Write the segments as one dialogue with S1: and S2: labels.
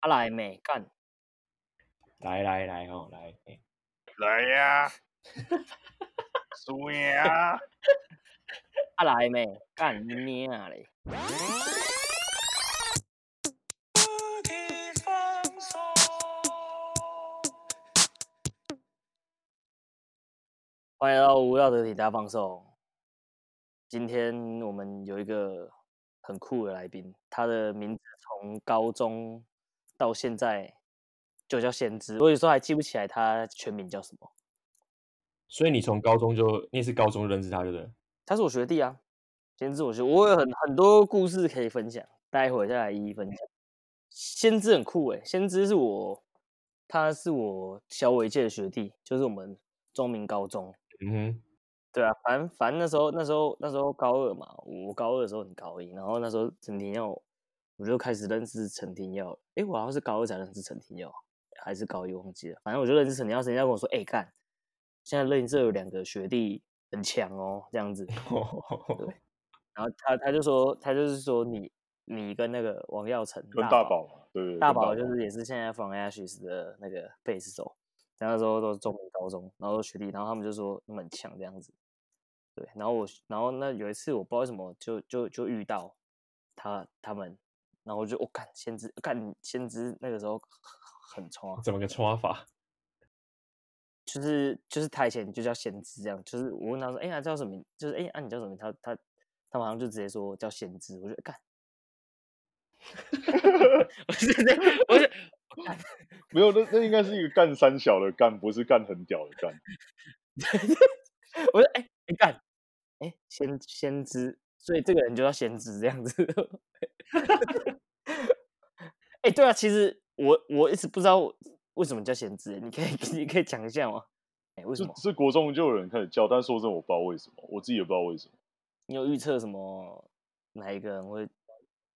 S1: 啊来没干，
S2: 来来来吼、来，哎
S3: 来呀、输赢啊！
S1: 啊来没干你啊嘞！欢迎来到无聊的体大放送。今天我们有一个很酷的来宾，他的名字从高中到现在就叫先知，我有时候还记不起来他全名叫什么。
S2: 所以你从高中就你也是高中就认识他，对不对了？
S1: 他是我学弟啊，先知我学，我有很很多故事可以分享，待会再来一一分享。先知很酷诶、先知是我，他是我小我一届的学弟，就是我们中明高中。
S2: 嗯哼，
S1: 对啊，反正反正那时候那时候那时候高二嘛，我高二的时候你高一，然后那时候陈廷耀，我就开始认识陈廷耀。诶，我好像是高二才认识陈廷耀，还是高一忘记了。反正我就认识陈廷耀，陈廷耀跟我说：“诶，干，现在认这有两个学弟很强哦，这样子。”
S2: 哦
S1: 然后他他就说，他就是说你你跟那个王耀成
S3: 跟大宝，嘛，对不对？
S1: 大
S3: 跟
S1: 宝就是也是现在防 Ashes 的那个贝斯手，他那时候都是中文高中，然后都学弟，然后他们就说你们很强这样子，对，然后我然后那有一次我不知道为什么就就就遇到他他们，然后我就我哦干、先知干先知那个时候很冲啊，
S2: 怎么个穿法？
S1: 就是就是台前就叫先知这样，就是我问他说，哎、呀、叫什么名？就是哎、啊你叫什么名？他他他马上就直接说叫先知，我就 干，我就直接我就
S3: 没有，那那应该是一个干三小的干，不是干很屌的干。
S1: 我说哎，你、欸、干，哎、先先知，所以这个人就叫先知这样子。 哎、对啊，其实我我一直不知道为什么叫先知，你可以你 可以讲一下吗？哎、为什
S3: 是
S1: 么？
S3: 是国中就有人开始叫，但说真的，我不知道为什么，我自己也不知道为什么。
S1: 你有预测什么哪一个人会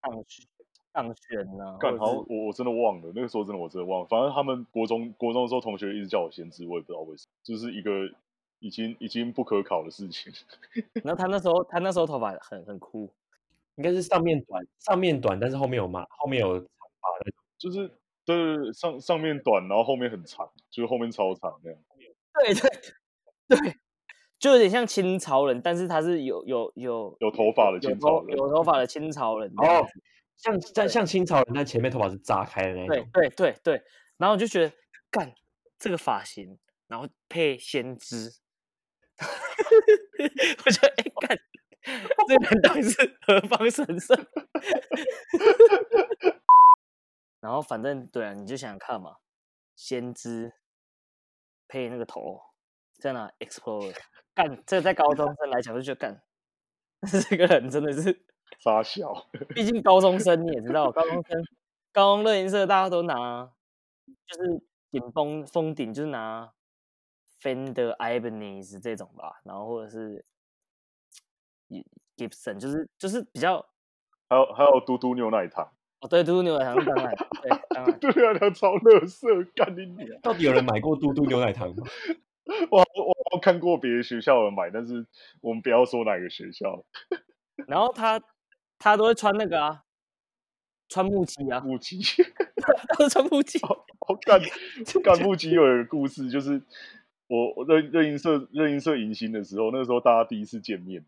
S1: 当选当选呢、啊？
S3: 干，
S1: 或
S3: 好
S1: 者
S3: 像
S1: 是
S3: 我我真的忘了，那个时候真的我真的忘了。反正他们国中国中的时候，同学一直叫我先知，我也不知道为什么，就是一个已经已经不可考的事情。
S1: 然后他那时候他那时候头发很很酷，
S2: 应该是上面短，上面短，但是后面有马，后面有长发的。
S3: 就是对对对，上上面短，然后后面很长，就是后面超长那样。
S1: 对对对，就有点像清朝人，但是他是有有有
S3: 有头发的
S1: 有
S3: 清朝
S1: 头
S3: 人，
S1: 有头发的清朝人这样
S2: 哦，像像
S1: 对
S2: 像清朝人，但前面头发是炸开的那一
S1: 对
S2: 种。
S1: 对对对，然后我就觉得干这个发型，然后配先知， 我觉得哎、 干，这个人到底是何方神圣？ 然后反正对啊，你就想看嘛，先知配那个头，在那 Explorer 干，这个在高中生来讲就觉得干， 这个人真的是。
S3: 傻笑。
S1: 毕竟高中生你也知道，高中生高中热音社大家都拿，就是顶峰封顶就是拿 Fender Ibanez 这种吧，然后或者是 Gibson，就是就是比较
S3: 还有还有嘟嘟牛奶糖，
S1: 哦对，嘟嘟牛奶糖当然对当然
S3: 对啊，他超乐色，干你
S1: 哎
S3: 娘！
S2: 到底有人买过嘟嘟牛奶糖吗？
S3: 我我我看过别的学校有买，但是我们不要说哪个学校，
S1: 然后他他都会穿那个啊，穿木屐啊，
S3: 木吉。
S1: 他都穿木屐，
S3: 我 干干木吉有一个故事，就是我我任任音社任音社迎新的时候，那个时候大家第一次见面，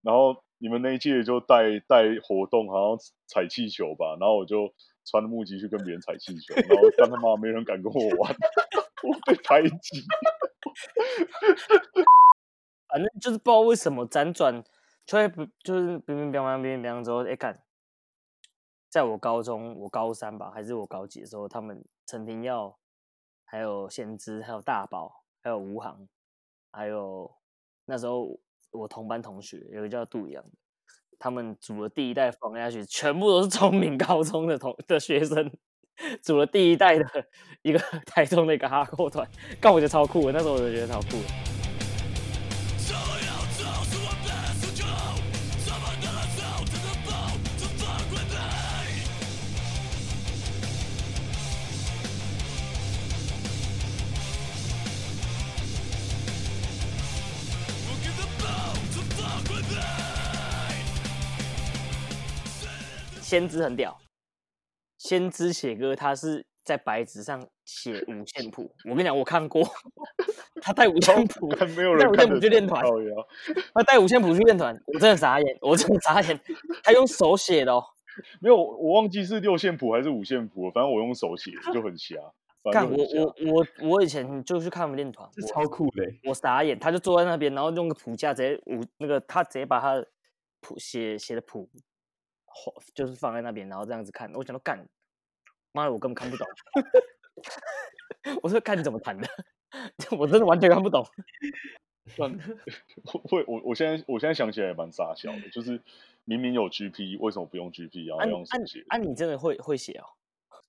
S3: 然后你们那一届就带带活动，好像踩气球吧，然后我就穿木屐去跟别人踩气球，然后干他妈没人敢跟我玩， 我被排挤。
S1: 反正就是不知道为什么辗转，就会不就是乒乒乓乓乒乒乓乓之后，哎、干，在我高中，我高三吧，还是我高几的时候，他们陈廷耀、还有先知、还有大宝、还有吴航，还有那时候我同班同学有个叫杜阳的，他们组了第一代防下去，全部都是聪明高中的同的学生。组了第一代的一个 台中的一个哈扣团，干我觉得超酷的，那时候我就觉得超酷的。先知很屌，先知写歌，他是在白纸上写五线谱。我跟你讲，我看过， 他带五线谱，
S3: 看没有
S1: 那
S3: 人
S1: 我
S3: 看
S1: 就
S3: 得
S1: 不去练
S3: 懂
S1: 团
S3: 靠腰
S1: 他带五线谱去练团，我真的傻眼，我真的傻眼。他用手写的哦，
S3: 没有，我我忘记是六线谱还是五线谱了，反正我用 手写的就很瞎。反
S1: 干
S3: 正就
S1: 我
S3: 很
S1: 我
S3: 瞎
S1: 我我以前就去看他们练团，
S2: 这
S1: 我
S2: 超酷的欸、
S1: 我傻眼，他就坐在那边，然后用个谱架直接舞那个他直接把他的谱写写的谱，画就是放在那边，然后这样子看。我想到干，妈的，我根本看不懂。 我说看你怎么弹的， 我真的完全看不懂。
S3: 我我我我现在我现在想起来也蛮傻笑的，就是明明有 GP，为什么不用 GP，然
S1: 啊
S3: 后
S1: 你
S3: 用
S1: 啊
S3: 手
S1: 你
S3: 写？
S1: 啊你真的会会写哦？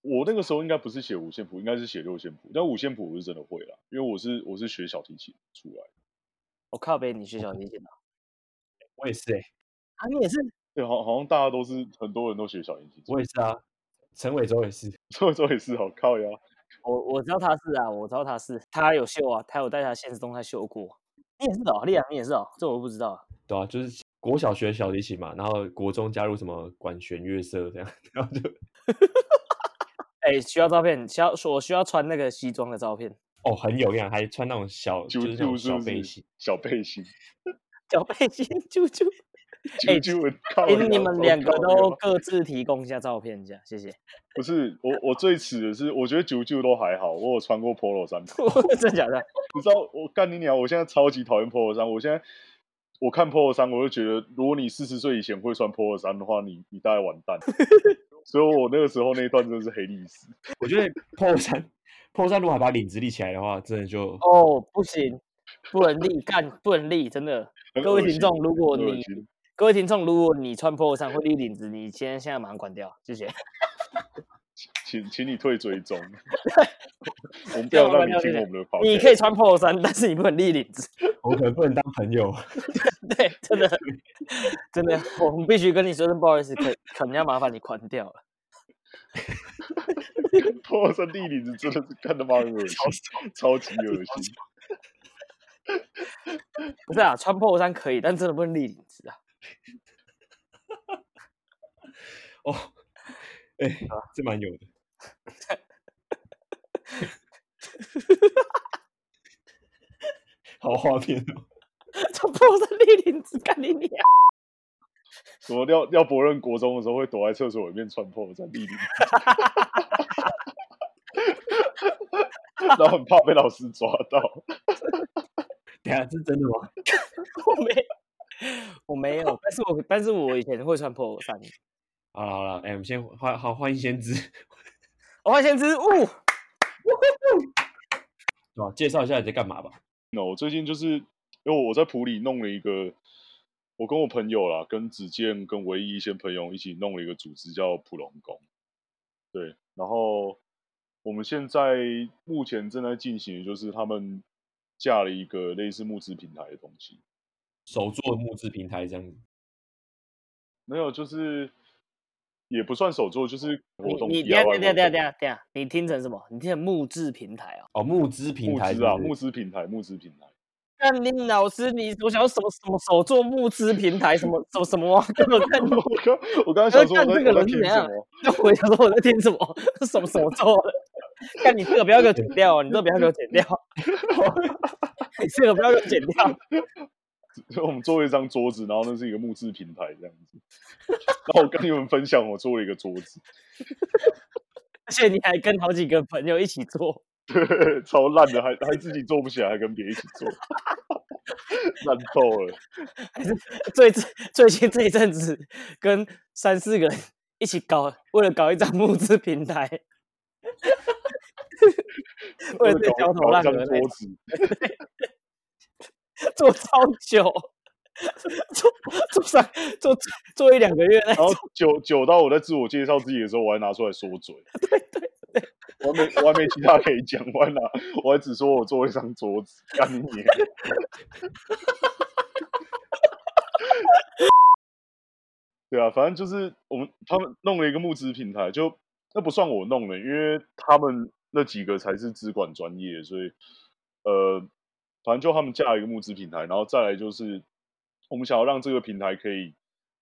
S3: 我那个时候应该不是写五线谱，应该是写六线谱，但五线谱我是真的会啦，因为我是我是学小提琴出来的。
S1: 我靠呗，你学小提琴的
S2: 我也是、欸，
S1: 啊？你也是？
S3: 对，好好像大家都是很多人都学小提琴出来，
S2: 我也是啊。陈伟洲也是，
S3: 所以说也是好靠呀。
S1: 我我知道他是啊，我知道他是，他有秀啊，他有在他现实动态秀过。你也是哦，丽阳你也是哦，这我不知道啊。
S2: 对啊，就是国小学小提琴嘛，然后国中加入什么管弦乐社这样， 然后就
S1: 哎、需要照片，需要我需要穿那个西装的照片，
S2: 哦很有样，还穿那种小就
S3: 啾
S2: 是那种
S3: 啾是
S2: 小
S3: 不
S2: 背
S3: 是
S2: 心，？
S3: 小背心，
S1: 小背心啾 啾。哎
S3: 啾啾靠
S1: 哎、
S3: 腰
S1: 你们
S3: 超
S1: 两个
S3: 靠
S1: 都
S3: 腰
S1: 各自提供一下照片，这样谢 谢。
S3: 不是我，我最耻的是，我觉得啾啾都还好，我有穿过 polo 衫，
S1: 真的假 的？
S3: 你知道我干你娘！我现在超级讨厌 polo 衫，我现在我看 polo 衫，我就觉得，如果你四十岁以前会穿 polo 衫的话，你你大概完蛋。 所以我那个时候那一段真的是黑历史。
S2: 我觉得 polo 衫 polo 衫如果还把领子立起来的话，真的就
S1: 哦，不行，不能立，干不能立，真的。
S3: 很
S1: 各位
S3: 恶
S1: 听
S3: 心
S1: 众，如果
S3: 很恶
S1: 你
S3: 心
S1: 各位听众，如果你穿 polo 衫会立领子，你现在现在马上关掉，谢谢。
S3: 请请你退追 踪，我们不要让你听我们的 p o
S1: 你可以穿 polo 衫，但是你不能立领子。
S2: 我可能不能当朋友。
S1: 对，真的，真的，我们必须跟你说声不好意思，可可能要麻烦你关掉了。
S3: polo 衫立领子，真的是看他妈很恶心，超级恶心。
S1: 不是啊，穿 polo 衫可以，但真的不能立领子啊。
S2: 哦，哎、 这蛮有的。好画面哦！
S1: 穿 polo 衫立领子，干你娘！
S3: 什么廖廖伯任国中的时候会躲在厕所里面穿 polo 衫立领子， 然后很怕被老师抓到。
S2: 等一下这是真的吗？
S1: 我没有，我 没有，但是我但是我以前会穿 polo 衫。
S2: 好了好了，哎、我们先换好换先知，
S1: 我发现哦之 物，
S2: 对吧、介绍一下你在干嘛吧。
S3: 那哦我最近就是因为我在普里弄了一个，我跟我朋友啦，跟子健跟唯一一些朋友一起弄了一个组织叫普龙宫，对，然后我们现在目前正在进行，就是他们架了一个类似募资平台的东西，
S2: 手做木质平台这样子，
S3: 没有，就是也不算手作，就是活动
S1: 你你
S3: DIY
S1: 等下等下等下
S3: 活动
S1: 等下等下，你听成什么？你听成木质平台哦。
S2: 哦，木质平
S3: 募
S2: 台
S3: 资啊，
S2: 木
S3: 募资平台，募资平台。
S1: 干你老师，你我想要什么什么手做木质平台，什 么什么什么啊？根本看不 懂
S3: 我刚我刚刚想说我
S1: 干
S3: 在
S1: 这个
S3: 我在
S1: 人是
S3: 听
S1: 怎
S3: 什
S1: 样啊
S3: 么？
S1: 我想说我在听什么，什么手做的？干你这个不要给我剪掉哦，你这个不要给我剪 掉，你这个不要给我剪掉。
S3: 我们做了一张桌子，然后那是一个木质平台这样子。然后我跟你们分享，我做了一个桌子，
S1: 而且你还跟好几个朋友一起做，
S3: 对，超烂的，还还自己做不起来，还跟别人一起做， 烂透 了。
S1: 最近 最近这一阵子跟三四个人一起搞，为了搞一张募资平台，为了这焦头
S3: 搞
S1: 烂
S3: 一张
S1: 额那
S3: 桌子，
S1: 做超久，做做上做做一两个月那
S3: 然
S1: 种
S3: 后久久到我在自我介绍自己的时候，我还拿出来说 嘴。对对对，我还没我还没其他可以讲，我还拿我还只说我做了一张桌子，干你娘！ 对啊，反正就是我们他们弄了一个募资平台，就那不算我弄的，因为他们那几个才是资管专业，所以呃，反正就他们架了一个募资平台，然后再来就是我们想要让这个平台可以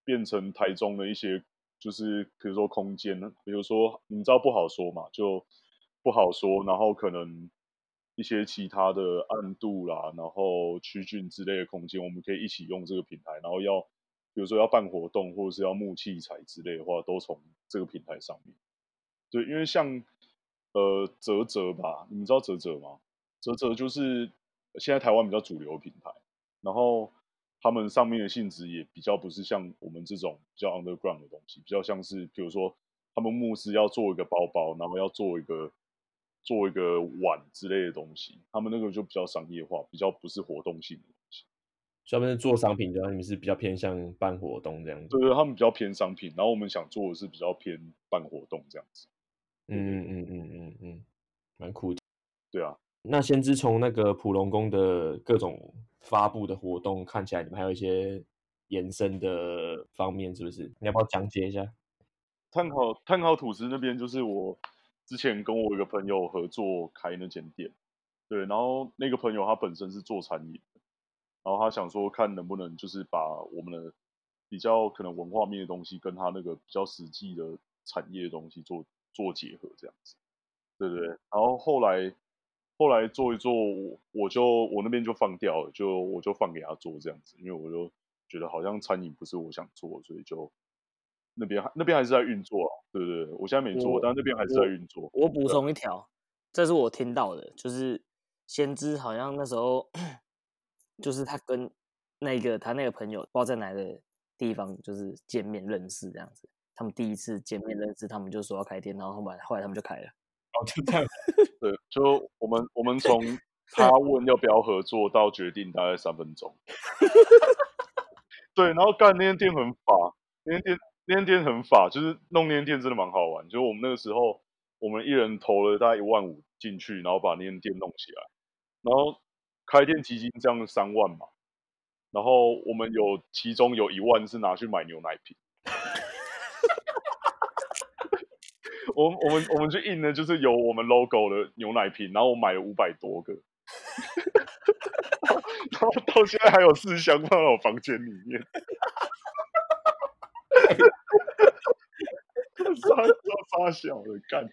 S3: 变成台中的一些就是比如说空间，比如说你知道不好说嘛，就不好说，然后可能一些其他的暗度啦，然后区郡之类的空间，我们可以一起用这个平台，然后要比如说要办活动或者是要募器材之类的话，都从这个平台上面。对，因为像呃泽泽吧，你们知道泽泽吗？泽泽就是现在台湾比较主流的品牌，然后他们上面的性质也比较不是像我们这种比较 underground 的东西，比较像是比如说他们牧师要做一个包包，然后要做一个做一个碗之类的东西，他们那个就比较商业化，比较不是活动性的东西。
S2: 专门是做商品的，你们是比较偏向办活动这样子。
S3: 对对，他们比较偏商品，然后我们想做的是比较偏办活动这样子。
S2: 嗯嗯嗯嗯嗯嗯，蛮酷的。
S3: 对啊，
S2: 那先知从那个普龙宫的各种发布的活动看起来，你们还有一些延伸的方面，是不是？你要不要讲解一 下？
S3: 碳烤碳烤吐司那边就是我之前跟我一个朋友合作开那间店，对，然后那个朋友他本身是做餐饮的，然后他想说看能不能就是把我们的比较可能文化面的东西跟他那个比较实际的产业的东西做做结合这样子，对对对，然后后来后来做一做，我我就我那边就放掉了，就我就放给他做这样子，因为我就觉得好像餐饮不是我想做，所以就那边还那边还是在运作啊，对对对，我现在没做，
S1: 我
S3: 但那边还是在运作。
S1: 我补充一条，这是我听到的，就是先知好像那时候就是他跟那个他那个朋友不知道在哪个地方就是见面认识这样子，他们第一次见面认识，他们就说要开店，然后后来后来他们就开了。
S2: 哦，就这样。
S3: 对，就我们我们从他问要不要合作到决定大概三分钟。对，然后干那间店很法，那间店那间店很法，就是弄那间店真的蛮好玩。就是我们那个时候，我们一人投了大概一万五进去，然后把那间店弄起来，然后开店基金这样三万嘛，然后我们有其中有一万是拿去买牛奶瓶。我们我们我们去印的就是有我们 logo 的牛奶瓶，然后我买了五百多个，然后到现在还有四箱放在我房间里面。 傻傻傻小的干，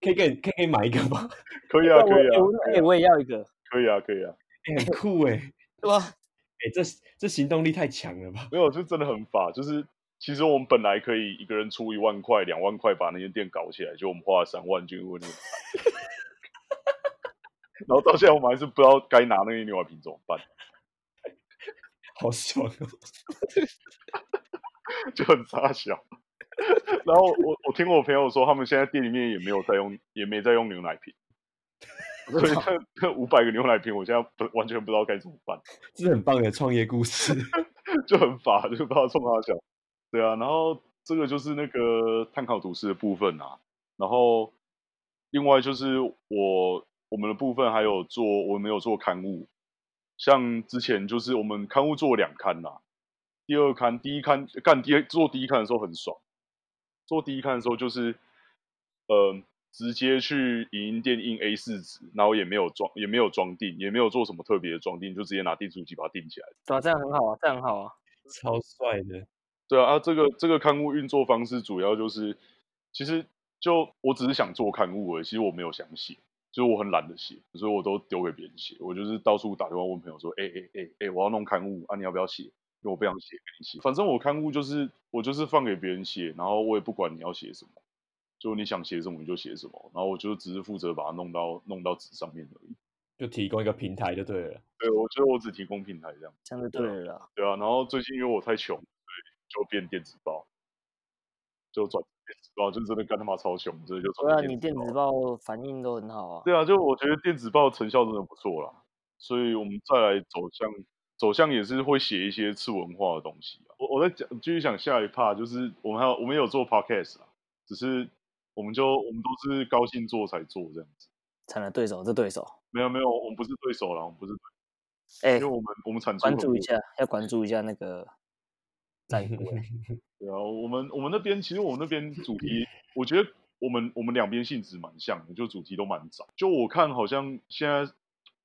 S2: 可以给你可以给你买一个吗？
S3: 可以啊，
S1: 那我
S3: 可以啊
S1: 哎，我哎、我也要一个，
S3: 可以啊，可以啊，
S2: 哎、很酷哎、
S1: 对啊吧？
S2: 哎、这这行动力太强了吧？
S3: 没有，就真的很法。就是其实我们本来可以一个人出一万块、两万块把那间店搞起来，就我们花了三万去问你。 然后到现在我们还是不知道该拿那个牛奶瓶怎么办。
S2: 好爽哦！
S3: 就很傻小。然后我我听我朋友说，他们现在店里面也没有在用，也没在用牛奶瓶，所以
S2: 啊
S3: 那那五百个牛奶瓶，我现在不完全不知道该怎么办，
S2: 这是很棒的创业故事。
S3: 就很乏，就不知道冲他小。对啊，然后这个就是那个碳烤吐司的部分啊，然后另外就是我我们的部分还有做，我们有做刊物，像之前就是我们刊物做两刊啦、第二刊第一刊干第一做第一刊的时候很爽，做第一刊的时候就是呃直接去影音店印 A 四纸，然后也没有装也没有装订，也没有做什么特别的装订，就直接拿订书机把它订起来。
S1: 对啊，这样很好啊，这样很好啊。
S2: 超帅的，
S3: 对啊，啊，这个这个刊物运作方式主要就是，其实就我只是想做刊物而已，其实我没有想写，就是我很懒得写，所以我都丢给别人写。我就是到处打电话问朋友说，哎哎哎哎，我要弄刊物啊，你要不要写？因为我不想写，给你写。反正我刊物就是我就是放给别人写，然后我也不管你要写什么，就你想写什么你就写什么，然后我就只是负责把它弄到弄到纸上面而已。
S2: 就提供一个平台就对了。
S3: 对，我觉得我只提供平台这样。
S1: 这样就对了啦，
S3: 对啊，然后最近因为我太穷，所以就变电子报，就转电子报，就真的干他妈超穷，真的就
S1: 对啊，
S3: 转
S1: 你电子
S3: 报。
S1: 报反应都很好啊。
S3: 对啊，就我觉得电子报成效真的不错啦，所以我们再来走向走向也是会写一些次文化的东西啊。我我在讲继续讲下一 part，就是我们还有我们有做 podcast 啊，只是我们就我们都是高兴做才做这样子。
S1: 惨了，对手这对手，
S3: 没有没有，我们不是对手啦，我们不是对手，
S1: 哎、
S3: 因为我们我们产出
S1: 关
S3: 很
S1: 注一
S3: 多
S1: 下，要关注一下那 个在乎欸
S3: 对啊，我们我们那边其实我们那边主题，我觉得我们我们两边性质蛮像的，就主题都蛮窄。就我看好像现在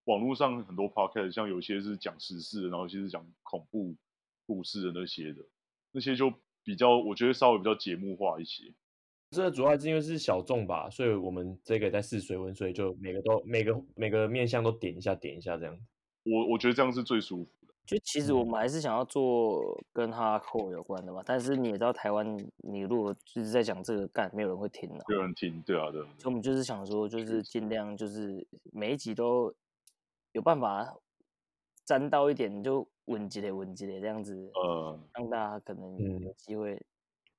S3: 网络上很多 podcast，像有一些是讲时事的，然后有些是讲恐怖故事的那些的，那些就比较，我觉得稍微比较节目化一些。
S2: 这主要是因为是小众吧，所以我们这个在试水温，所以就每个都每个每个面向都点一下点一下这样。
S3: 我我觉得这样是最舒服的。
S1: 就其实我们还是想要做跟哈扣有关的嘛，但是你也知道台湾，你如果一直在讲这个干，没有人会听的、
S3: 有人听，对啊，对啊。
S1: 所以我们就是想说，就是尽量就是每一集都有办法沾到一点，就稳积累稳积累这样子，
S3: 呃，
S1: 让大家可能
S2: 嗯
S1: 有机会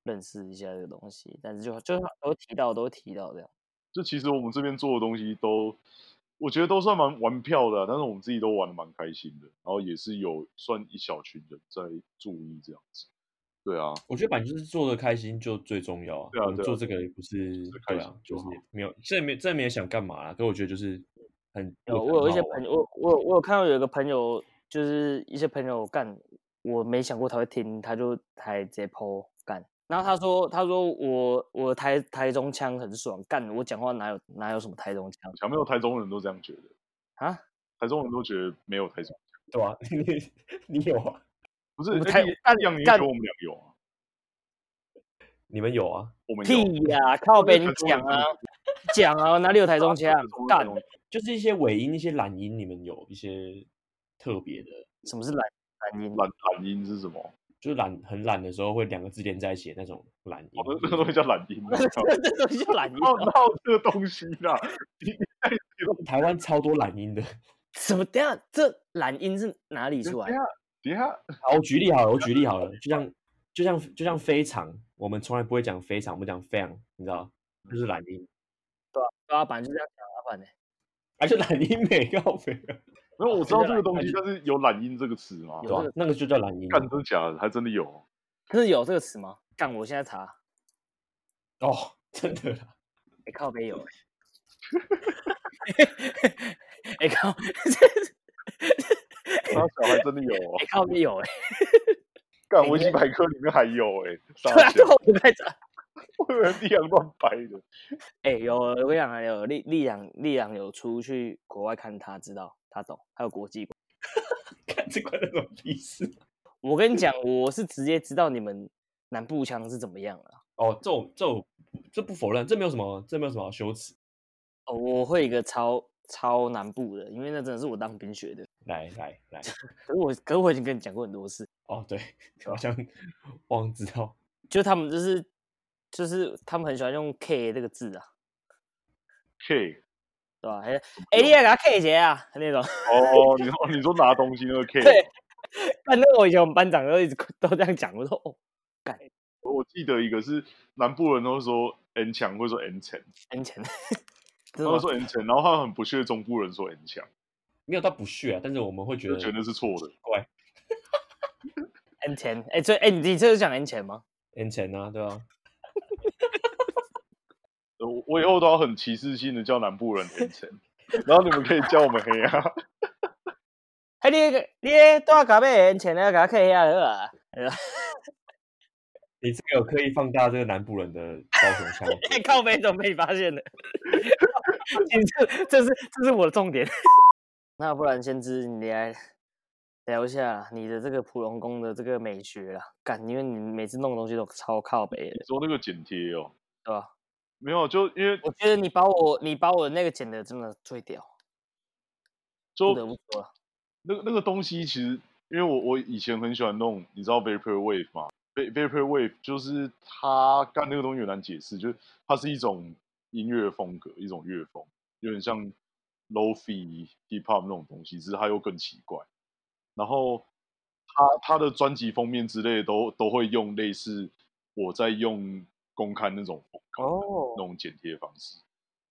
S1: 认识一下这个东西。但是就就都提到都提到这样，
S3: 就其实我们这边做的东西都，我觉得都算蛮玩票的啊、但是我们自己都玩的蛮开心的，然后也是有算一小群人在注意这样子。对啊，
S2: 我觉得反正就是做的开心就最重要啊。
S3: 对啊
S2: 我们
S3: 对啊
S2: 做这个也不是
S3: 是开
S2: 对
S3: 心
S2: 啊，
S3: 就
S2: 就是
S3: 好
S2: 没有，这没这没有想干嘛啦。可我觉得就是很
S3: 啊
S1: 有我有一些
S2: 友
S1: 朋友，我我有我有看到有一个朋友，就是一些朋友干，我没想过他会听，他就台直接 PO 干。然后他说他说我我台台中腔很爽，干我讲话哪有哪有什么台中腔
S3: 前面有台中人都这样觉得，
S1: 啊？
S3: 台中人都觉得没有台中，
S2: 对啊， 你你有啊？
S3: 不是
S1: 我们
S3: 那
S1: 台
S3: 你
S1: 干
S3: 这样你也觉
S1: 干
S3: 得我们俩有啊？
S2: 你们有啊？
S3: 我们有
S1: 屁呀、靠
S3: 就是
S1: 北你
S3: 台中
S1: 讲
S3: 人
S1: 啊，讲啊，哪里有台中 腔
S3: 台？中台
S1: 干
S3: 中，
S2: 就是一些尾音、一些懒音，你们有一些特别的，
S1: 什么是懒懒音？
S3: 懒懒音是什么？哦
S2: 就是懒很懒的时候会两个字连在一起的那种懒音
S3: 哦，那，
S1: 嗯
S3: 那东西叫懒音 啊，
S1: 这东西叫懒音
S3: 闹
S1: 哦？
S3: 闹这个东西 啦，
S2: 台湾超多懒音的。
S1: 什么？等一下这懒音是哪 里
S3: 等
S1: 出
S3: 一
S1: 来的？
S3: 下，等一下，
S2: 好，我举例好了，我举例好了，就像就像就像非常，我们从来不会讲非常，我们讲非常，你知道，就是懒音，
S1: 老板啊就这样讲，老板呢？
S2: 而且懒音美 告别，对
S3: 没
S1: 哦
S3: 有，我知道这个东西，
S2: 那
S3: 但是有懒音这个词吗？
S1: 有
S2: 吧、
S1: 这个
S2: 那个就叫懒音
S3: 干真假的，还真的有。哦
S1: 真的有这个词吗？干，我现在查，
S2: 哦， 真的啦，
S1: 哎、靠北有欸，哎、靠，
S3: 他小还真的有哦
S1: 哎、，靠北有哎、
S3: 干维基百科里面还有哎，傻
S1: 对啊，
S3: 小
S1: 对，啊， 我在查，
S3: 会有人地上乱掰的。
S1: 哎、有，我跟你讲啊，有丽丽阳，丽阳有出去国外看他，知道他懂，还有国际观。
S2: 看这关那种屁事。
S1: 我跟你讲，我是直接知道你们南部腔是怎么样了。
S2: 哦，这种这种这不否认，这没有什么，这没有什么好羞耻。
S1: 哦，我会一个超超南部的，因为那真的是我当兵学的。
S2: 来来来，
S1: 可是我，可是我已经跟你讲过很多次，
S2: 哦对， 好像忘知道，
S1: 就他们就是就是他们很喜欢用 K 这个字啊，
S3: K
S1: 对吧？还是哎、你也给他 K 一下啊那种。
S3: 哦，你说你说拿东西那个 K，
S1: 对反正我以前我们班长都一直都这样讲，我说哦，
S3: 我我记得一个是南部人都说 N 强，会说 N 强，
S1: 很 浅，
S3: 他
S1: 真的
S3: 们
S1: 吗？
S3: 说 N 强，然后他们很不屑中部人说 N 强，
S2: 没有到不屑啊，但是我们会觉
S3: 就
S2: 得
S3: 觉得是错的。
S2: 怪
S1: N 前，哎，所以哎，你这是讲 N 前吗？
S2: N 钱啊，对啊，
S3: 呃我我以后都要很歧视性的叫南部人 N 强，然后你们可以叫我们黑啊。
S1: 哎，你那个你那个大咖妹 N 前那个给他看一下好啊？
S2: 你这个有刻意放大这个南部人的高雄腔。
S1: 哎， 靠背怎么被你发现的？ 你这这是这是我的重点。 那不然先知你来聊一下你的这个普龙宫的这个美学啦，干，因为你每次弄的东西都超靠北
S3: 你
S1: 的，
S3: 说那个剪贴哦，
S1: 对吧？
S3: 没有，啊就因为
S1: 我觉得你把我你把我那个剪的真的最屌，不得
S3: 就
S1: 不说啊，
S3: 那个那个东西，其实因为我我以前很喜欢弄，你知道 vapor wave 吗？va- vapor wave 就是它干那个东西很难解释，就是它是一种音乐风格，一种乐风，有点像 lofi hip hop 那种东西，只是它又更奇怪。然后他他的专辑封面之类都都会用类似我在用公刊那种风格
S1: 哦
S3: 那种剪贴方式，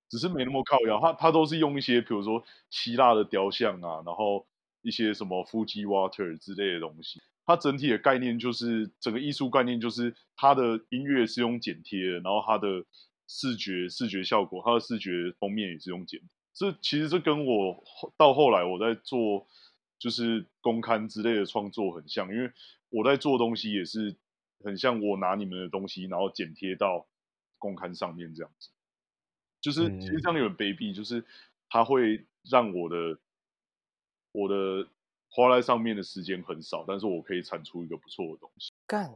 S3: 只是没那么靠腰。他他都是用一些比如说希腊的雕像啊，然后一些什么 Fuji Water 之类的东西。它整体的概念就是整个艺术概念就是它的音乐是用剪贴的，然后它的视觉视觉效果，它的视觉封面也是用剪这其实这跟我后到后来我在做就是公刊之类的创作很像，因为我在做东西也是很像我拿你们的东西，然后剪贴到公刊上面这样子。就是
S2: 嗯
S3: 其实这样有点卑鄙，就是它会让我的我的花在上面的时间很少，但是我可以产出一个不错的东西。
S1: 干。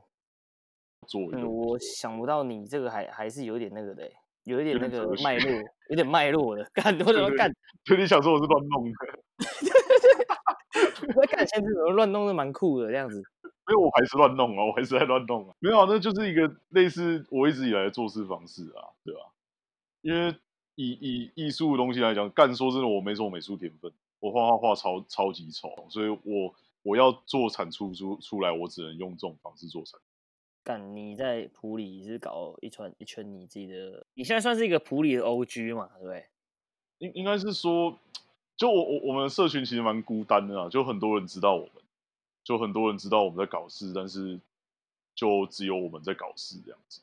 S3: 作
S1: 嗯，
S3: 用。
S1: 我想不到你这个还还是有点那个的欸、有一点
S3: 有
S1: 那
S3: 点
S1: 个
S3: 哲学
S1: 脉 络，有点脉络的。 干，我怎么
S3: 对
S1: 干？
S3: 所以 你想说我是乱弄的？
S1: 我在 干，现在这种乱弄的蛮酷的这样子。
S3: 没有，我还是乱弄啊，我还是在乱弄啊。没有、啊，那就是一个类似我一直以来的做事方式啊，对吧、因为以以艺术的东西来讲，干说真的，我没什么美术天分，我画画画超超级丑，所以我我要做产出出出来，我只能用这种方式做产出。
S1: 干，你在普里是搞一圈一圈你自己的，你现在算是一个普里的 OG 嘛，对不对？
S3: 应应该是说，就我我我们的社群其实蛮孤单的啊，就很多人知道我们，就很多人知道我们在搞事，但是就只有我们在搞事这样子，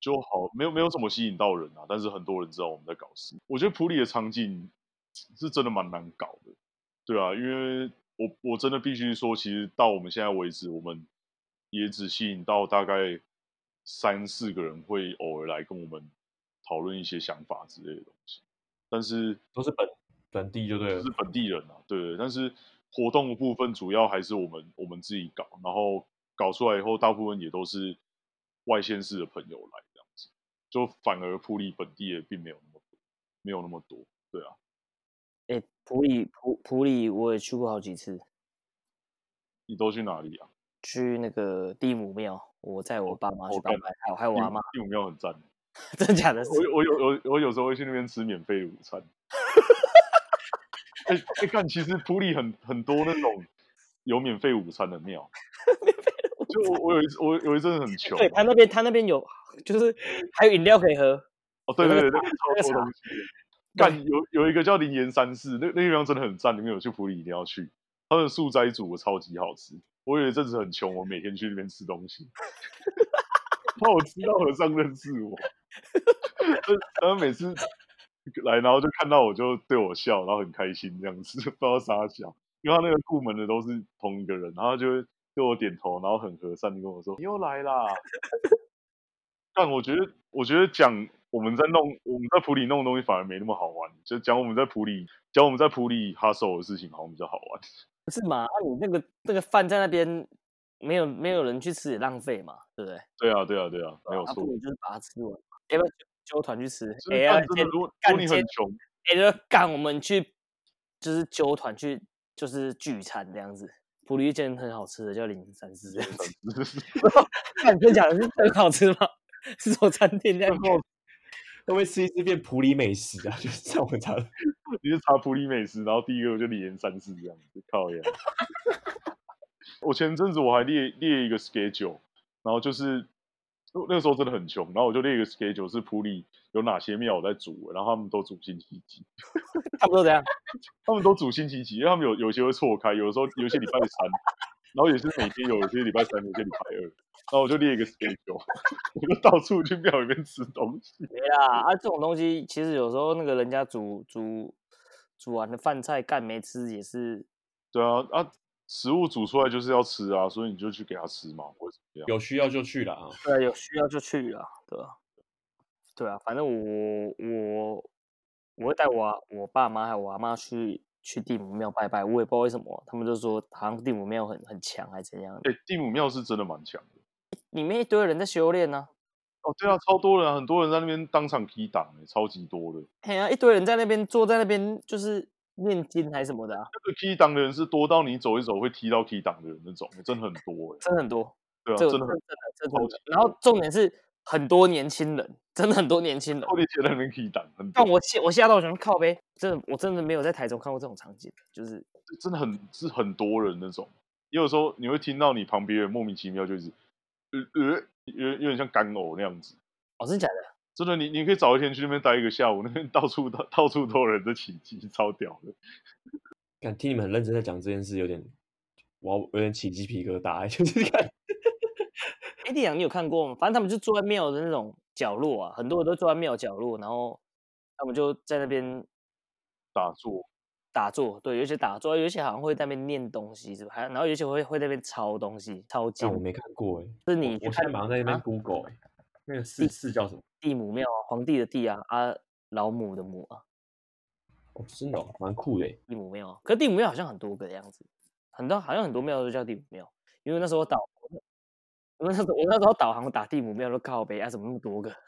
S3: 就好没有没有什么吸引到人啊，但是很多人知道我们在搞事。我觉得普里的场景是真的蛮难搞的，对啊，因为我我真的必须说，其实到我们现在为止，我们也只吸引到大概三四个人会偶尔来跟我们讨论一些想法之类的东西，但是
S2: 都是本本地就对了
S3: 就。是本地人啊，对。但是活动的部分主要还是我们我们自己搞，然后搞出来以后，大部分也都是外县市的朋友来这样子，就反而普里本地的并没有那么多，没有那么多，对啊。
S1: 哎、普里普普里我也去过好几次，
S3: 你都去哪里啊？
S1: 去那个地母庙，我载我爸妈
S3: 我
S1: 去拜
S3: 干
S1: 拜，还有还有我阿妈，
S3: 第五庙很赞，
S1: 真假的？
S3: 我我有我我有时候会去那边吃免费午餐。 哎、哎，看、其实普里很很多那种有免费午餐的 庙。就我我有一次我有一阵子很穷啊，
S1: 对他那边他那边有，就是还有饮料可以喝。
S3: 哦，对对 对，那
S1: 那那
S3: 个
S1: 个
S3: 超多
S1: 茶
S3: 东西的。
S1: 对
S3: 干有有一个叫灵岩山寺，那那个地方真的很赞，你们有去普里一定要去。他们的素斋煮的超级好吃，我有一阵子很穷，我每天去那边吃东西， 怕我吃到和尚认识我。他们每次来，然后就看到我就对我笑，然后很开心这样子，不知道啥笑。因为他那个顾门的都是同一个人，然后他就会对我点头，然后很和善的跟我说：“你又来啦。”但我觉得，我觉得讲我们在弄我们在普里弄的东西反而没那么好玩，就讲我们在普里讲我们在普里哈手的事情好像比较好玩。
S1: 不是嘛？啊，你那个那个饭在那边没有没有人去吃也浪费嘛，对不对？
S3: 对啊，对啊，对啊，没有
S1: 啊，
S3: 错
S1: 不。如就是把它吃完嘛。要不要揪团去吃？
S3: 就是
S1: 哎、
S3: 干
S1: 要
S3: 真的，如果如
S1: 干
S3: 果你
S1: 煎
S3: 很穷，
S1: 哎、就干我们去，就是揪团去，就是聚餐这样子。普利一间很好吃的叫零三四 这样子，干真假的是很好吃吗？ 是什么餐厅这样子？
S2: 会不会吃一次变普里美食啊？ 就是上网查，
S3: 你就查普里美食，然后第一个就李岩三四这样子，靠呀！ 我前阵子我还列列一个 schedule，然后就是那个时候真的很穷，然后我就列一个 schedule 是普里有哪些庙我在煮，然后他们都煮星期几，
S1: 差不多这样。
S3: 他们都煮星期几，因为他们有有些会错开，有的时候有些礼拜三，然后也是每天有，有些礼拜三，有些礼拜二，然后我就列一个 schedule，我 就到处去庙里面吃东西。
S1: 没啦，啊，这种东西其实有时候那个人家煮煮煮完的饭菜干没吃也是
S3: 对啊，啊，食物煮出来就是要吃啊，所以你就去给他吃嘛，或者怎么样。
S2: 有需要就去了啊。
S1: 对啊，有需要就去啊，对啊，对啊，反正我我我会带我啊我爸妈还有我阿妈去去地母庙拜拜，我也不知道为什么，他们就说好像地母庙很很强还是怎样的，
S3: 哎、地母庙是真的蛮强的。
S1: 里面一堆人在修炼呢、
S3: 哦，对啊，超多人啊，很多人在那边当场劈档、欸，超级多的。
S1: 哎呀、一堆人在那边坐在那边就是念经还是什么的、啊，
S3: 那个劈档的人是多到你走一走会踢到劈档的人那种，真的很多哎、
S1: 真的很多，
S3: 对啊，
S1: 这个
S3: 真的
S1: 真
S3: 很
S1: 的
S3: 多。
S1: 真的
S3: 超
S1: 真
S3: 级
S1: 的，然后重点是很多年轻人，真的很多年轻人
S3: 后，面在那边劈档，很多
S1: 但我吓我吓到我想靠呗，真的我真的没有在台中看过这种场景，就是
S3: 真的很是很多人那种。也有时候你会听到你旁边人莫名其妙就是，呃呃，有有点像干呕那样子。
S1: 哦真的假的。
S3: 真的，你你可以早一天去那边待一个下午，那边到处到到处都有人在起鸡，超屌的。
S2: 看听你们很认真在讲这件事，有点我要有点起鸡皮疙瘩，欸 就是看
S1: 哎，地阳你有看过吗？反正他们就坐在庙的那种角落啊，很多人都坐在庙角落，然后他们就在那边
S3: 打坐，
S1: 打坐，对，有些打坐，有些好像会在那边念东西，是吧？还然后有些会会在那边抄东西，抄经
S2: 但。我没看过哎、
S1: 是
S2: 我
S1: 你去
S2: 我现在
S1: 看
S2: 马上在那边
S1: 啊
S2: Google 哎、那个寺寺叫什么？
S1: 地母庙啊，皇帝的帝啊，啊老母的母啊，
S2: 哦，真的、哦、蛮酷的欸、
S1: 地母庙啊。可是地母庙好像很多个样子，很多好像很多庙都叫地母庙，因为那时候岛我那时候我那时候导航打地母庙都靠北啊，怎么那么多个？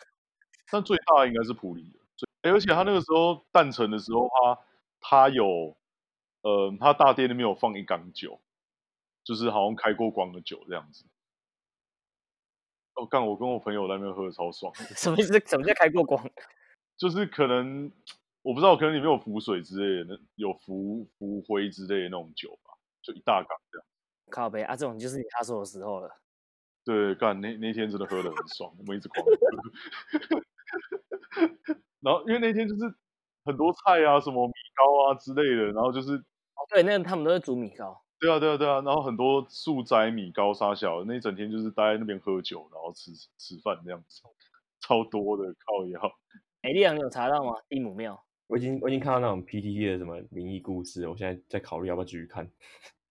S3: 但最大应该是普里的，最、诶而且他那个时候诞辰的时候，他他有，呃，他大殿里面有放一缸酒，就是好像开过光的酒这样子。哦，干！我跟我朋友在那边喝的超爽，
S1: 什么意思？什么叫开过光？
S3: 就是可能我不知道，可能里面有浮水之类的，有浮浮灰之类的那种酒吧，就一大缸这样。
S1: 靠北啊，这种就是你他说的时候了。
S3: 对，干那那天真的喝的很爽，我们一直狂喝。 然后因为那天就是很多菜啊，什么米糕啊之类的，然后就是
S1: 哦对，那个他们都是煮米糕，
S3: 对啊对啊对啊，然后很多素斋米糕沙小，那一整天就是待在那边喝酒，然后吃吃饭这样子，超多的靠也好。
S1: 哎，丽阳你有查到吗？地母庙
S2: 我已经我已经看到那种 PTT 的什么灵异故事了，我现在在考虑要不要继续看，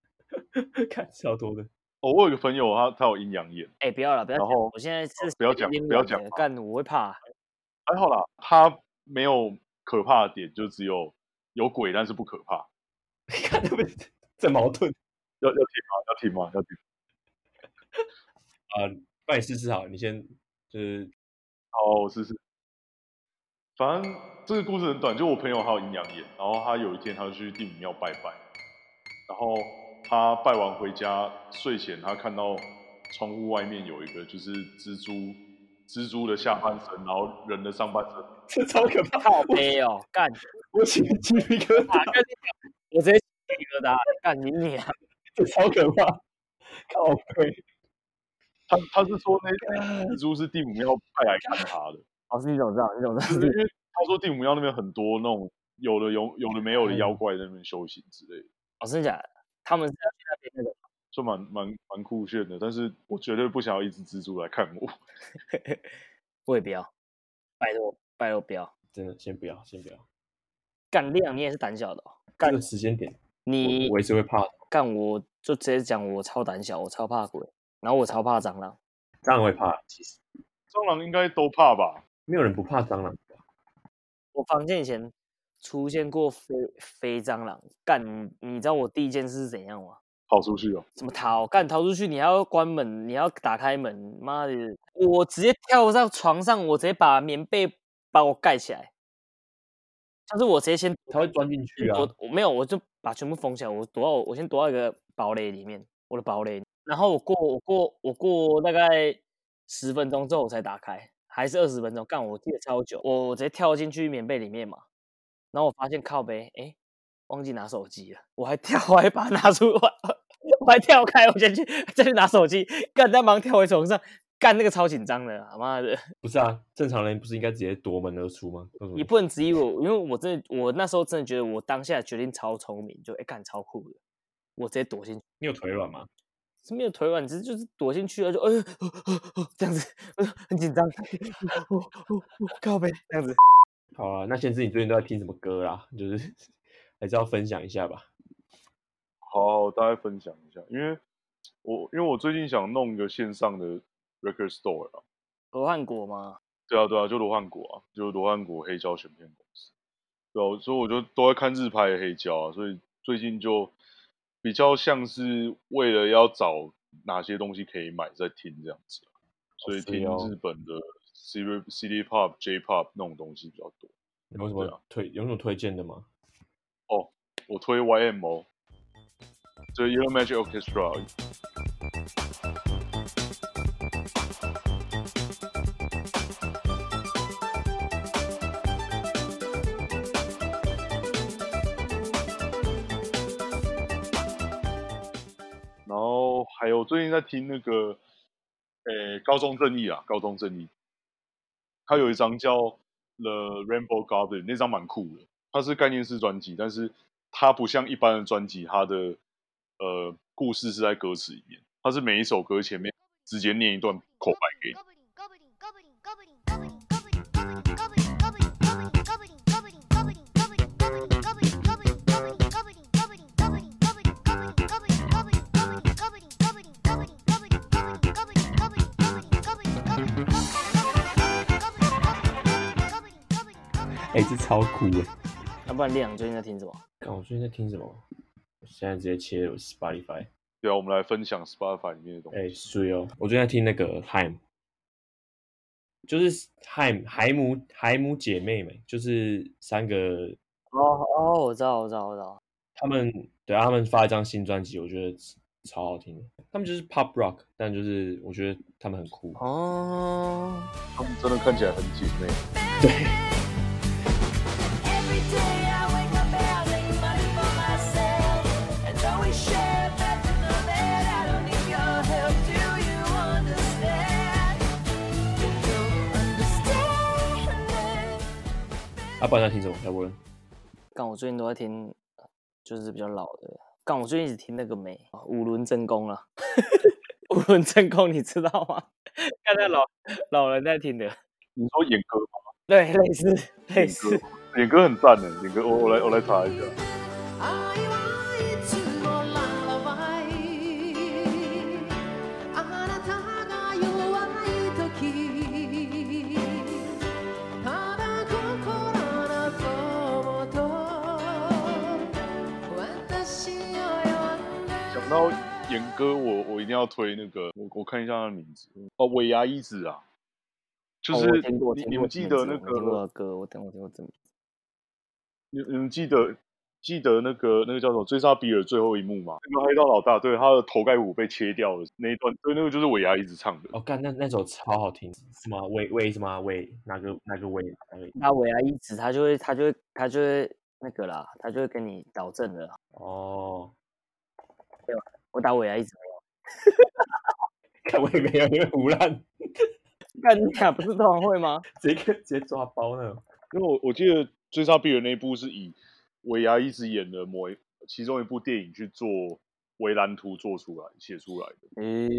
S2: 看超多的。
S3: 哦，我有个朋友他他有阴阳眼，
S1: 哎，不要了，不要
S3: 然
S1: 讲，
S3: 后
S1: 我现在是
S3: 不要讲
S1: 心
S3: 不要
S1: 软
S3: 讲
S1: 的
S3: 话
S1: 欸干我会怕。
S3: 还好啦，他没有可怕的点，就只有有鬼，但是不可怕。
S2: 看他们在矛盾
S3: 要要停吗？要停吗？要停。
S2: 啊，那你试试好了，你先就是
S3: 好，我试试。反正这个故事很短，就我朋友还有阴阳眼，然后他有一天他就去地母庙拜拜，然后他拜完回家睡前，他看到窗户外面有一个就是蜘蛛，蜘蛛的下半身，然后人的上半身，
S2: 这超可怕，
S1: 靠背哦， 干
S2: 我起鸡皮疙
S1: 啊，
S2: 瘩，
S1: 跟你讲，我直接鸡皮疙瘩，干你你啊！
S2: 这超可怕，靠背，
S3: 他他是说那那只蜘蛛是地母庙派来看他的，
S1: 老师你怎么知道？你怎么知
S3: 就
S1: 道
S3: 是因为他说地母庙那边很多那种有的有有的没有的妖怪在那边修行之类的。
S1: 老师讲，他们是要去那边那个，
S3: 就蛮蛮蛮酷炫的，但是我绝对不想要一只蜘蛛来看我。
S1: 我也不要，拜托拜托不要。
S2: 真的先不要，先不要，
S1: 干亮你也是胆小的、哦，
S2: 这个时间点
S1: 你
S2: 我我也是会怕的，
S1: 干我就直接讲我超胆小，我超怕鬼，然后我超怕蟑螂。
S2: 蟑螂会怕，其实
S3: 蟑螂应该都怕吧？
S2: 没有人不怕蟑螂吧，
S1: 我房间以前出现过飞飞蟑螂，干你知道我第一件事是怎样吗？
S3: 跑出去哦，
S1: 怎么逃？干逃出去，你还要关门，你还要打开门，妈的！我直接跳上床上，我直接把棉被把我盖起来，就是我直接先
S2: 它会钻进去啊，
S1: 我我没有，我就把全部封起来，我躲到我先躲到一个堡垒里面，我的堡垒。然后我过我过我过大概十分钟之后我才打开，还是二十分钟，干我记得超久。我我直接跳进去棉被里面嘛，然后我发现靠背，哎，忘记拿手机了，我还跳，我还把它拿出来，我还跳开，我先去再去拿手机，干再忙跳回床上。干那个超紧张的啊，妈的！
S2: 不是啊，正常人不是应该直接夺门而出吗？为什么
S1: 你不能质疑我，因为我真的，我那时候真的觉得我当下决定超聪明，就哎干、超酷的，我直接躲进去，
S2: 你有腿软吗？
S1: 是没有腿软，只是就是躲进去了，就哎、呦哦哦哦这样子，呃很紧张， 我我我靠背这样子。
S2: 好啊，那先知你最近都在听什么歌啦？就是还是要分享一下吧。
S3: 好，我大概分享一下，因为我因为我最近想弄一个线上的 record store 啊，
S1: 罗汉果嘛，
S3: 对啊对啊，就罗汉果啊，就罗汉果黑胶选片公司，对啊，所以我就都在看日拍的黑胶啊，所以最近就比较像是为了要找哪些东西可以买在听这样子啊、所以
S2: 是
S3: 听
S2: 哦
S3: 日本的 CD CD pop J pop 那种东西比较多。
S2: 有什
S3: 对啊
S2: 么推、有什么推荐的吗？
S3: 我推 YMO，这 Yellow Magic Orchestra，然后还有最近在听那个，呃、高中正义啊，高中正义，它有一张叫《The Rainbow Goblin》，那张蛮酷的，它是概念式专辑，但是它不像一般的专辑，它的呃故事是在歌词里面，它是每一首歌前面直接念一段口白给你。
S2: 哎、这超酷哎！
S1: 要、不然亮最近在听什么？
S2: 啊看我最近在听什么？我现在直接切我 Spotify，
S3: 对啊，我们来分享 Spotify 里面的东西。
S2: 哎，水哦！我最近在听那个 Heim，就是 Heim 海姆海姆姐妹们，就是三个
S1: 哦哦，我知道，我知道，我知道。
S2: 他们对啊，他们发一张新专辑，我觉得超好听的。他们就是 pop rock，但就是我觉得他们很酷。
S1: 哦，
S3: 他们真的看起来很姐妹。
S2: 对，
S4: Every day I wake up having money for myself, and though we share bed to know that I don't need your help. Do you understand? Do you understand?
S2: 啊，不然要听什么？要不然
S1: 干我最近都在听，就是比较老的。干我最近一直听那个美啊 五轮真功了，五轮真功你知道吗？ 看那老老人在听的，
S3: 你说演歌吗？
S1: 对，类似类
S3: 演
S1: 似
S3: 歌，演歌很赞的。演歌，我我来我来查一下。
S4: I want to your lullaby. あなたが弱いとき、ただ心の友と私を呼んで。
S3: 讲到演歌，我我一定要推那个，我我看一下他的名字哦，尾牙一子啊， 就
S1: 哦
S3: 是、
S1: 我听过
S3: 你
S1: 听
S3: 你
S1: 过
S3: 们
S1: 这
S3: 记
S1: 名
S3: 得
S1: 字
S3: 那
S1: 我听过他
S3: 个
S1: 的歌，我听我听过这名字
S3: 你你们记得记得那个那个叫什么《追杀比尔》最后一幕吗？那个黑道老大对他的头盖骨被切掉了那一段，对，那个就是尾牙一直唱的。
S2: 哦，干那那首超好听，什么喂喂什么喂哪个哪个喂哪个
S1: 那维亚一直他就会他就会他就会那个啦，他就会跟你导正的啦。
S2: 哦，
S1: 我打维亚一直
S2: 看我也没有，因为胡乱
S1: 没有，干你俩不是通常会吗？
S2: 直接直接抓包那种。
S3: 因为我我记得《追杀比尔》那一部是以尾牙一直演的某一其中一部电影去做为蓝图做出来写出来 的。
S1: 诶、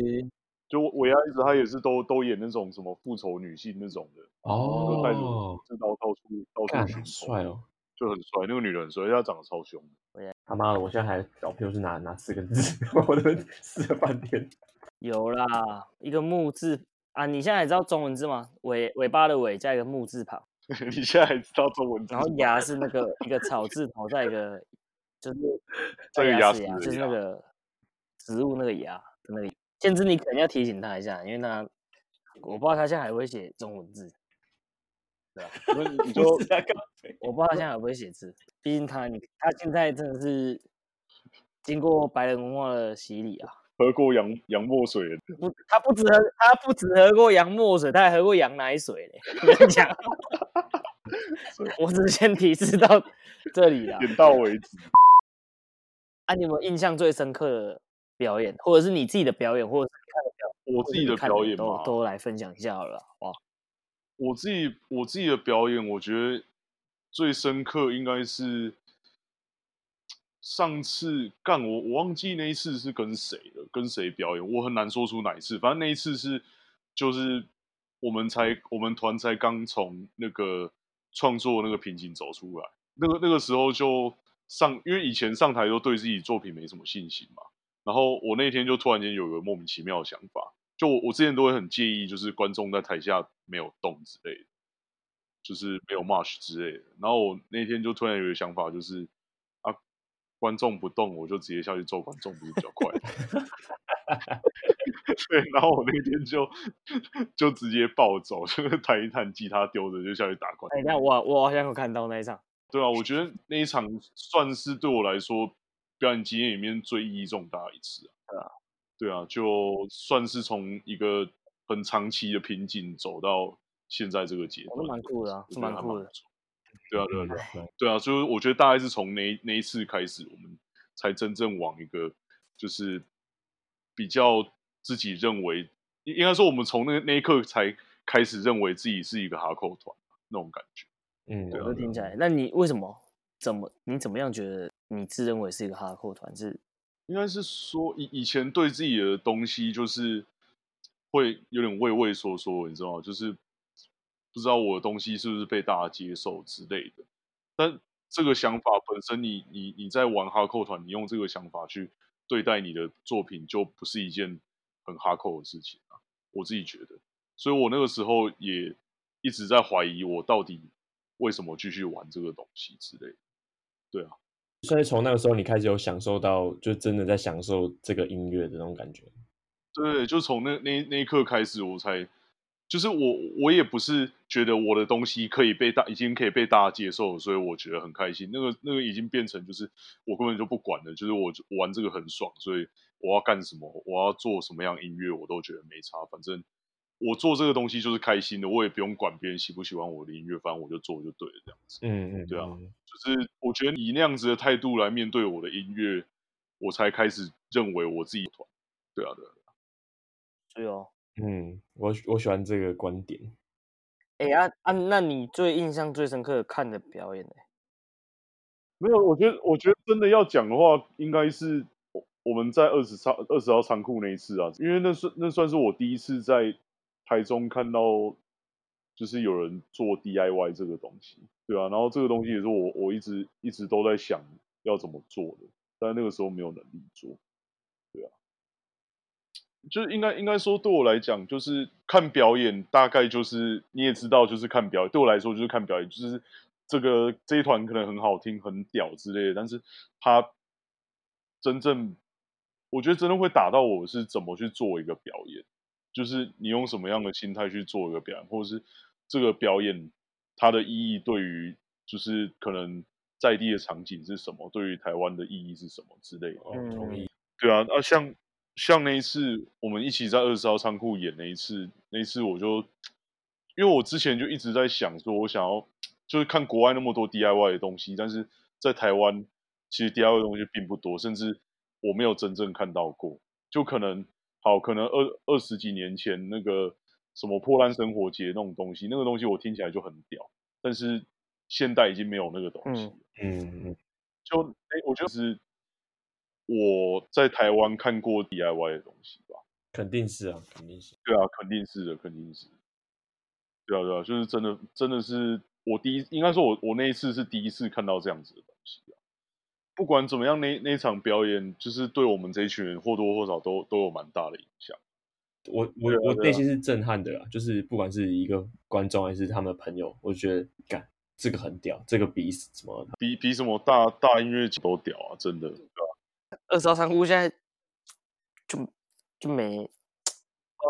S3: 就尾牙一直他也是都都演那种什么复仇女性那种的，就带着武
S2: 哦，
S3: 士刀到处到
S2: 干
S3: 处寻
S2: 好
S3: 仇，
S2: 帅哦！
S3: 就很帅。那个女人很帅，而且她长得超凶的。
S2: 他妈的，我现在还搞不清楚是哪哪四个字， 我都试了半天。
S1: 有啦，一个木字啊，你现在也知道中文字吗？尾尾巴的尾加一个木字旁，
S3: 你现在还知道中文字
S1: 然后
S3: 吗
S1: 牙是那个一个草字头，再一个 就是
S3: 再一个
S1: 牙
S3: 牙
S1: 齿
S3: 齿
S1: 牙，
S3: 的
S1: 就是那
S3: 牙
S1: 个植物那个牙的那个。建之，你可能要提醒他一下，因为他我不知道他现在还会不会写中文字，
S3: 因为你就
S2: 不是啊，干嘛
S1: 我不知道他现在还会不会写字。毕竟他你他现在真的是经过白人文化的洗礼啊，
S3: 喝过洋洋墨水了，
S1: 不，他不只喝他不只喝过洋墨水，他还喝过洋奶水嘞。我跟你 讲，我只是先提示到这里啦。
S3: 点到为止。
S1: 啊，你有没有印象最深刻的表演，或者是你自己的表演，或者是你看的表演，
S3: 我
S1: 或
S3: 自
S1: 者
S3: 己
S1: 你
S3: 的
S1: 看的
S3: 表演
S1: 都
S3: 嘛，
S1: 都来分享一下好啊了啦，哇，
S3: 我自己我自己的表演，我觉得最深刻应该是上次干我我忘记那一次是跟谁了，跟谁表演，我很难说出哪一次。反正那一次是就是我们才我们团才刚从那个创作那个瓶颈走出来，那个那个时候就上，因为以前上台都对自己作品没什么信心嘛。然后我那天就突然间有个莫名其妙的想法，就我我之前都会很介意，就是观众在台下没有动之类的，就是没有 march 之类的。然后我那天就突然有个想法，就是啊，观众不动，我就直接下去揍观众，不是比较快？ 对，然后我那天就就直接暴走，就是弹一弹吉他丢着就下去打观众。
S1: 哎、那我我好像有看到那一场，
S3: 对啊，我觉得那一场算是对我来说表演经验里面最意义重大的一次啊。对啊，就算是从一个很长期的瓶颈走到现在这个阶段，
S1: 哦那蛮酷的啊
S3: 我
S1: 是
S3: 觉得
S1: 蛮
S3: 还
S1: 酷的
S3: 不错。对啊，对啊，对啊，
S2: 哦对
S3: 对啊，就是我觉得大概是从那一那一次开始，我们才真正往一个就是比较自己认为，应应该说我们从那那一刻才开始认为自己是一个哈扣团啊那种感觉。
S2: 嗯，
S3: 对啊
S1: 我就听起来，那你为什么怎么你怎么样觉得你自认为是一个哈扣团是
S3: 应该是说以以前对自己的东西就是会有点畏畏缩缩，你知道吗？就是不知道我的东西是不是被大家接受之类的。但这个想法本身你，你你在玩哈扣团，你用这个想法去对待你的作品，就不是一件很哈扣的事情啊。我自己觉得，所以我那个时候也一直在怀疑我到底为什么继续玩这个东西之类的。对啊，
S2: 所以从那个时候你开始有享受到，就真的在享受这个音乐的那种感觉。
S3: 对，就从那那那一刻开始，我才就是我我也不是觉得我的东西可以被大已经可以被大家接受了，所以我觉得很开心。那个那个已经变成就是我根本就不管了，就是我我玩这个很爽，所以我要干什么，我要做什么样音乐，我都觉得没差。反正我做这个东西就是开心的，我也不用管别人喜不喜欢我的音乐，反正我就做就对了，这样子。
S2: 嗯嗯，
S3: 对啊
S2: 嗯，
S3: 就是我觉得以那样子的态度来面对我的音乐，我才开始认为我自己团。对啊，对啊。
S1: 对哦。
S2: 嗯，我喜我喜欢这个观点。
S1: 哎、啊啊，那你最印象最深刻的看的表演呢、
S3: 没有，我觉得，我觉得真的要讲的话，应该是我我们在二十仓二十号仓库那一次啊，因为那算那算是我第一次在台中看到，就是有人做 DIY 这个东西，对啊，然后这个东西也是我我一直一直都在想要怎么做的，但那个时候没有能力做，对啊，就是应该应该说对我来讲，就是看表演，大概就是你也知道，就是看表演，对我来说就是看表演，就是这个这一团可能很好听、很屌之类的，但是它真正，我觉得真的会打到我是怎么去做一个表演，就是你用什么样的心态去做一个表演，或者是这个表演它的意义对于就是可能在地的场景是什么，对于台湾的意义是什么之类的。
S2: 哦，同
S1: 嗯
S2: 意。
S3: 对啊，啊，像像那一次我们一起在二十号仓库演那一次，那一次我就，因为我之前就一直在想说，我想要就是看国外那么多 DIY 的东西，但是在台湾其实 DIY 的东西并不多，甚至我没有真正看到过。就可能好，可能二二十几年前那个什么破烂生活节那种东西，那个东西我听起来就很屌，但是现代已经没有那个东西。
S1: 嗯
S2: 嗯嗯
S3: 就哎、我觉得是我在台湾看过 DIY 的东西吧。
S2: 肯定是啊，肯定是。
S3: 对啊，肯定是的，肯定是。对啊，对啊，就是真的，真的是我第一，应该说我我那一次是第一次看到这样子的东西啊。不管怎么样，那那一场表演就是对我们这一群人或多或少都都有蛮大的影响。
S2: 我我
S3: 对啊
S2: 我
S3: 对
S2: 内
S3: 啊
S2: 心是震撼的啦，就是不管是一个观众还是他们的朋友，我觉得干这个很屌，这个比什么
S3: 比比什么大大音乐节都屌啊！真的，对啊
S1: 二十号仓库现在就就没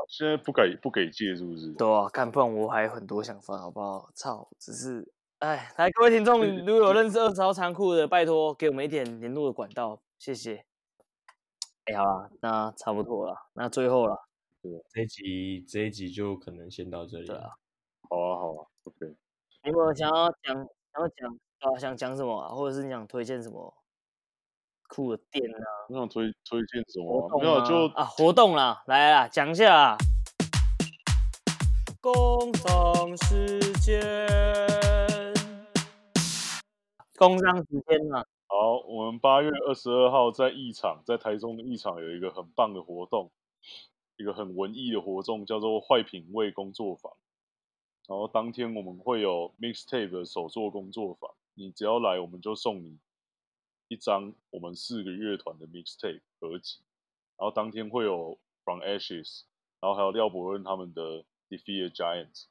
S3: 现在不给不给借是不是？
S1: 对啊，干不然我还有很多想法，好不好？操，只是哎，来各位听众，
S3: 对
S1: 如果有认识二十号仓库的，拜托给我们一点联络的管道，谢谢。哎、好啦，那差不多了，那最后了，
S2: 这一集这一集就可能先到这里
S1: 对
S2: 了
S1: 啊。
S3: 好啊，好啊，OK。
S1: 你有没有想要讲、想要讲啊、想讲什么啊，或者是你想推荐什么酷的店啊、
S3: 我想推推荐什
S1: 活
S3: 么啊、
S1: 动
S3: 没有
S1: 啊
S3: 就
S1: 啊活动啦，来啦，讲一下啦。工商时间，工商时间嘛，
S3: 好，我们八月二十二号在一场，在台中的一场有一个很棒的活动，一个很文艺的活动，叫做“坏品味工作坊”。然后当天我们会有 mixtape 的手作工作坊，你只要来，我们就送你一张我们四个乐团的 mixtape 合集。然后当天会有 From Ashes，然后还有廖伯润他们的 Defeat the Giants，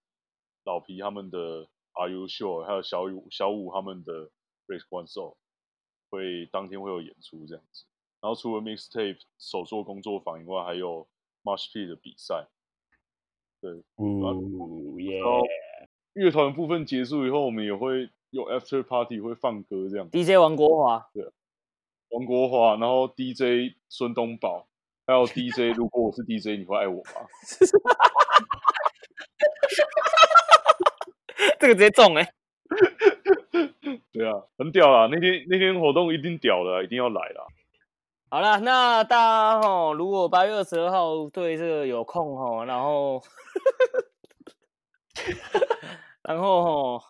S3: 老皮他们的 Are You Sure，还有小五小五他们的 Race One Soul，会当天会有演出这样子。然后除了 mixtape 手作工作坊以外，还有 Marsh P 的比赛。
S2: 呜耶！
S3: 然后乐团部分结束以后，我们也会有 after party 会放歌这样。
S1: DJ 王国华，
S3: 王国华，然后 DJ 孙东宝，还有 DJ，如果我是 DJ，你会爱我吗？
S1: 这个直接中哎、
S3: 对啊，很屌啦！那天那天活动一定屌的啊，一定要来啦。
S1: 好啦，那大家吼，如果八月二十二号对这个有空吼，然 后然后吼，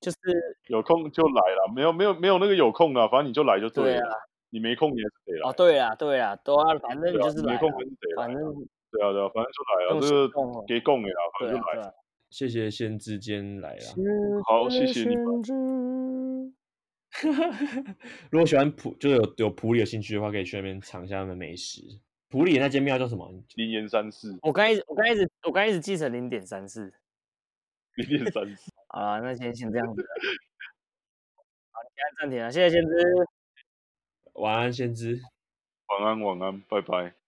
S1: 就是
S3: 有空就来啦，没有没有没有那个有空啦，反正你就来就
S1: 对
S3: 了。
S1: 啊
S3: 你没空你也是得来。啊
S1: 哦，对啦对啦，都要反正
S3: 对
S1: 你
S3: 啊，
S1: 就是
S3: 你
S1: 来啦
S3: 没空还是得来。
S1: 反正
S3: 对啊对啊，反正就来
S1: 用
S3: 了，
S1: 行
S3: 这
S1: 动哦
S3: 个给供的啦，反
S1: 对
S3: 正
S1: 啊
S3: 就来
S1: 对
S3: 啦
S1: 啊。
S2: 谢谢先之间来啦。
S3: 好谢谢你们
S1: 们。
S2: 如果喜欢普，就是有有普里有兴趣的话，可以去那边尝一下他们的美食。普里那间庙叫什么？
S3: 零延三四，
S1: 我刚一直我刚一直我刚一直记成零点三四。
S3: 零延三四。
S1: 好啦，那先先这样子了。好，你按暂停了，谢谢先知。
S2: 晚安，先知。
S3: 晚安，晚安，拜拜。